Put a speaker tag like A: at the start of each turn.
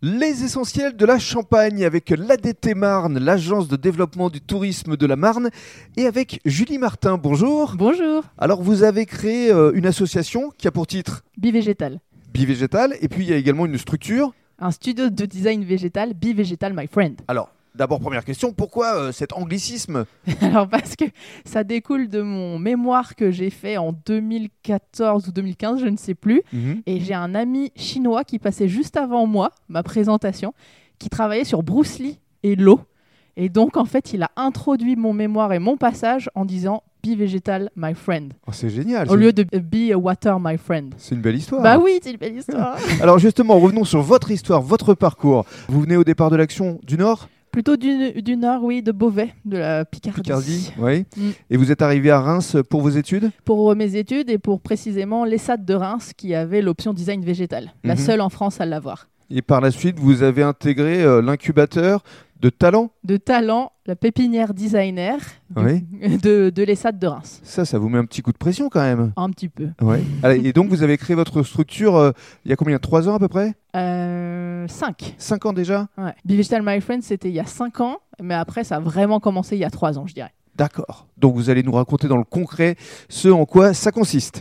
A: Les essentiels de la Champagne avec l'ADT Marne, l'agence de développement du tourisme de la Marne, et avec Julie Martin. Bonjour.
B: Bonjour,
A: Alors, vous avez créé euh, une association qui a pour titre
B: bivégétal.
A: Bivégétal, et puis il y a également une structure.
B: Un studio de design végétal, bivégétal my friend.
A: Alors, d'abord, première question, pourquoi euh, cet anglicisme
B: Alors parce que ça découle de mon mémoire que j'ai fait en 2014 ou 2015, je ne sais plus.
A: Mhm.
B: Et j'ai un ami chinois qui passait juste avant moi, ma présentation, qui travaillait sur Bruce Lee et l'eau. Et donc en fait, il a introduit mon mémoire et mon passage en disant bivégétal my friend
A: Oh, C'est génial.
B: au
A: c'est-
B: lieu de be a water my friend.
A: C'est une belle histoire.
B: Bah oui, c'est une belle histoire.
A: Alors justement, revenons sur votre histoire, votre parcours. Vous venez au départ de l'action du Nord,
B: Plutôt du, du nord, oui, de Beauvais, de la
A: Picardie, oui.
B: Mm.
A: Et vous êtes arrivé à Reims pour vos études
B: pour euh, mes études et pour précisément l'ESSAT de Reims qui avait l'option design végétal, la
A: Mhm.
B: seule en France à l'avoir.
A: Et par la suite, vous avez intégré euh, l'incubateur de talents.
B: De talent, la pépinière designer du-
A: Oui.
B: de, de l'ESSAT de Reims.
A: Ça, ça vous met un petit coup de pression quand même.
B: Un petit peu.
A: Ouais. Allez, et donc, vous avez créé votre structure euh, il y a combien Trois ans à peu près
B: 5.
A: Cinq ans déjà
B: Euh, Ouais. Digital My Friend, c'était il y a 5 ans, mais après, ça a vraiment commencé il y a 3 ans, je dirais.
A: D'accord. Donc, vous allez nous raconter dans le concret ce en quoi ça consiste.